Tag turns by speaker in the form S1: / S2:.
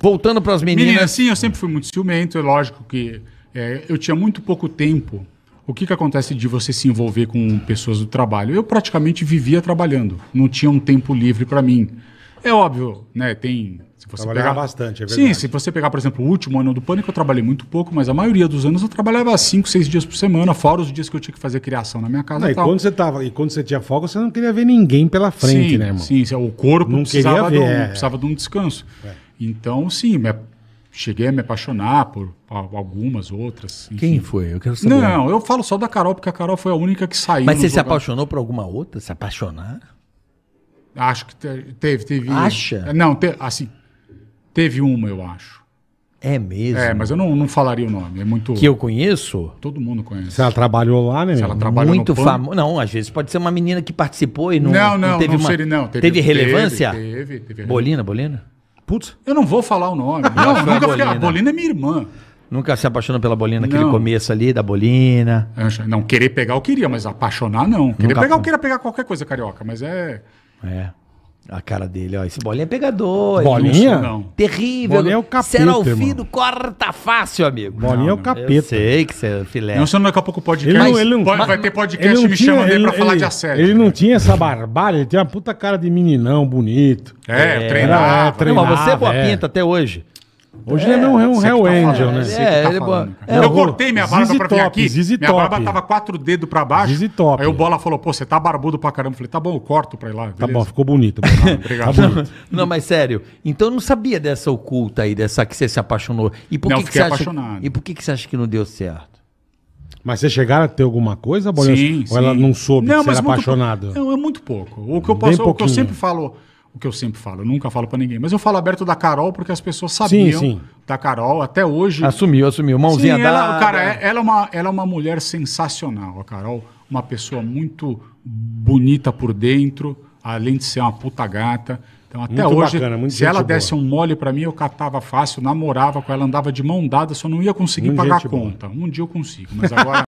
S1: Voltando para as meninas.
S2: Menina, sim, eu sempre fui muito ciumento, é lógico que é, eu tinha muito pouco tempo. O que, que acontece de você se envolver com pessoas do trabalho? Eu praticamente vivia trabalhando, não tinha um tempo livre para mim. É óbvio, né? Tem. Se você
S3: Trabalhava
S2: pegar-
S3: bastante, é
S2: Sim,
S3: verdade.
S2: se você pegar, por exemplo, o último ano do Pânico, eu trabalhei muito pouco, mas a maioria dos anos eu trabalhava cinco, seis dias por semana, fora os dias que eu tinha que fazer criação na minha casa
S3: Não,
S2: e
S3: e,
S2: tal.
S3: quando você tava, e quando você tinha folga, você não queria ver ninguém pela frente,
S2: sim,
S3: né, irmão?
S2: Sim, sim, o corpo
S3: Não
S2: precisava,
S3: queria
S2: de um-
S3: ver, é.
S2: precisava de um descanso.
S1: É.
S2: Então, sim, me- cheguei a me apaixonar por al- algumas outras. enfim.
S1: Quem foi? Eu quero saber.
S2: Não, eu falo só da Carol, porque a Carol foi a única que saiu.
S1: Mas
S2: no
S1: você se
S2: lugar.
S1: apaixonou por alguma outra? Se apaixonar?
S2: Acho que te- teve, teve.
S1: Acha?
S2: Não, te- assim, teve uma, eu acho.
S1: É mesmo.
S2: É, mas eu não, não falaria o nome. É muito.
S1: Que eu conheço?
S2: Todo mundo conhece.
S3: Se ela trabalhou lá, né,
S2: Se
S3: meu?
S2: ela trabalhou
S1: muito
S2: no Pânico-
S1: famoso. Não, às vezes pode ser uma menina que participou e não,
S2: Não, não, não,
S1: teve uma...
S2: seria- não.
S1: Teve, relevância?
S2: Teve, teve.
S1: Bolina, Bolina?
S3: Putz,
S2: Eu não vou falar o nome.
S1: acho
S2: Não,
S1: que foi
S2: nunca
S1: a
S2: fiquei. A
S1: Bolina.
S2: Bolina é minha irmã.
S1: Nunca se apaixonou pela Bolina, aquele
S2: Não.
S1: começo ali da Bolina.
S2: Eu acho- É, Não, querer pegar eu queria, mas apaixonar não. Querer
S1: Nunca
S2: pegar eu
S1: foi.
S2: queria pegar qualquer coisa carioca, mas é.
S1: É. A cara dele, ó. Esse bolinha é pegador. ele
S3: Bolinha?
S2: Não, sou, não.
S1: Terrível.
S3: Bolinha é o capeta,
S1: Será ouvido,
S3: irmão.
S1: corta fácil, amigo.
S3: bolinha é
S2: Não,
S3: o
S2: não.
S1: Eu
S3: capeta.
S1: sei que você é filé.
S2: Não, senão daqui a pouco podcast.
S3: Ele não- ele não-
S2: pode- vai
S1: mas-
S2: ter podcast me
S3: tinha-
S2: chamando aí pra
S3: ele-
S2: falar
S3: ele-
S2: de assédio. né?
S3: Ele não tinha essa barbárie, ele tinha uma puta cara de meninão bonito.
S2: É, eu
S3: era-
S2: treinava.
S3: tre-
S1: Não, mas você é
S3: treinava,
S1: boa
S3: é.
S1: pinta até hoje.
S3: Hoje ele é um, é um
S2: você que
S3: Hell
S2: tá falando,
S3: Angel,
S2: né?
S3: né?
S2: Você que
S1: É, ele
S2: tá
S1: é boa.
S2: falando, cara.
S1: É,
S2: eu
S1: o-
S2: cortei minha barba
S3: Zizi
S2: pra vir
S3: Top,
S2: aqui.
S3: Zizi
S2: minha barba
S3: Top.
S2: tava quatro dedos pra baixo.
S3: Zizi Top.
S2: Aí o Bola falou, pô, você tá barbudo pra caramba. Eu falei, tá bom, eu corto pra ir lá.
S3: Tá bom,
S2: beleza.
S3: ficou bonito.
S2: Obrigado.
S3: Tá bonito.
S1: Não, mas sério. Então eu não sabia dessa oculta aí, dessa que você se apaixonou. E por
S2: Não,
S1: que, que você
S2: fiquei
S1: acha?
S2: apaixonado.
S1: E por que, que você acha que não deu certo?
S3: Mas vocês chegaram a ter alguma coisa, Bolinha?
S2: Sim,
S3: Ou ela
S2: sim.
S3: não soube que você
S2: mas
S3: era
S2: muito
S3: apaixonado?
S2: pou- Não, é muito pouco. O que eu
S3: Bem
S2: posso, o que eu
S3: pouquinho.
S2: sempre falo, o que eu sempre falo, eu nunca falo pra ninguém, mas eu falo aberto da Carol porque as pessoas sabiam
S3: sim.
S2: da Carol até hoje.
S1: Assumiu, assumiu. Mãozinha
S2: Sim,
S1: dada.
S2: ela, cara, é- ela é, uma, ela é uma mulher sensacional, a Carol. Uma pessoa muito bonita por dentro, além de ser uma puta gata. Então, até
S3: Muito
S2: hoje,
S3: bacana, muito
S2: se
S3: gente
S2: ela
S3: boa.
S2: desse um mole pra mim, eu catava fácil, namorava com ela, andava de mão dada, só não ia conseguir
S3: Muito
S2: pagar a
S3: gente boa.
S2: conta. Um dia eu consigo, mas agora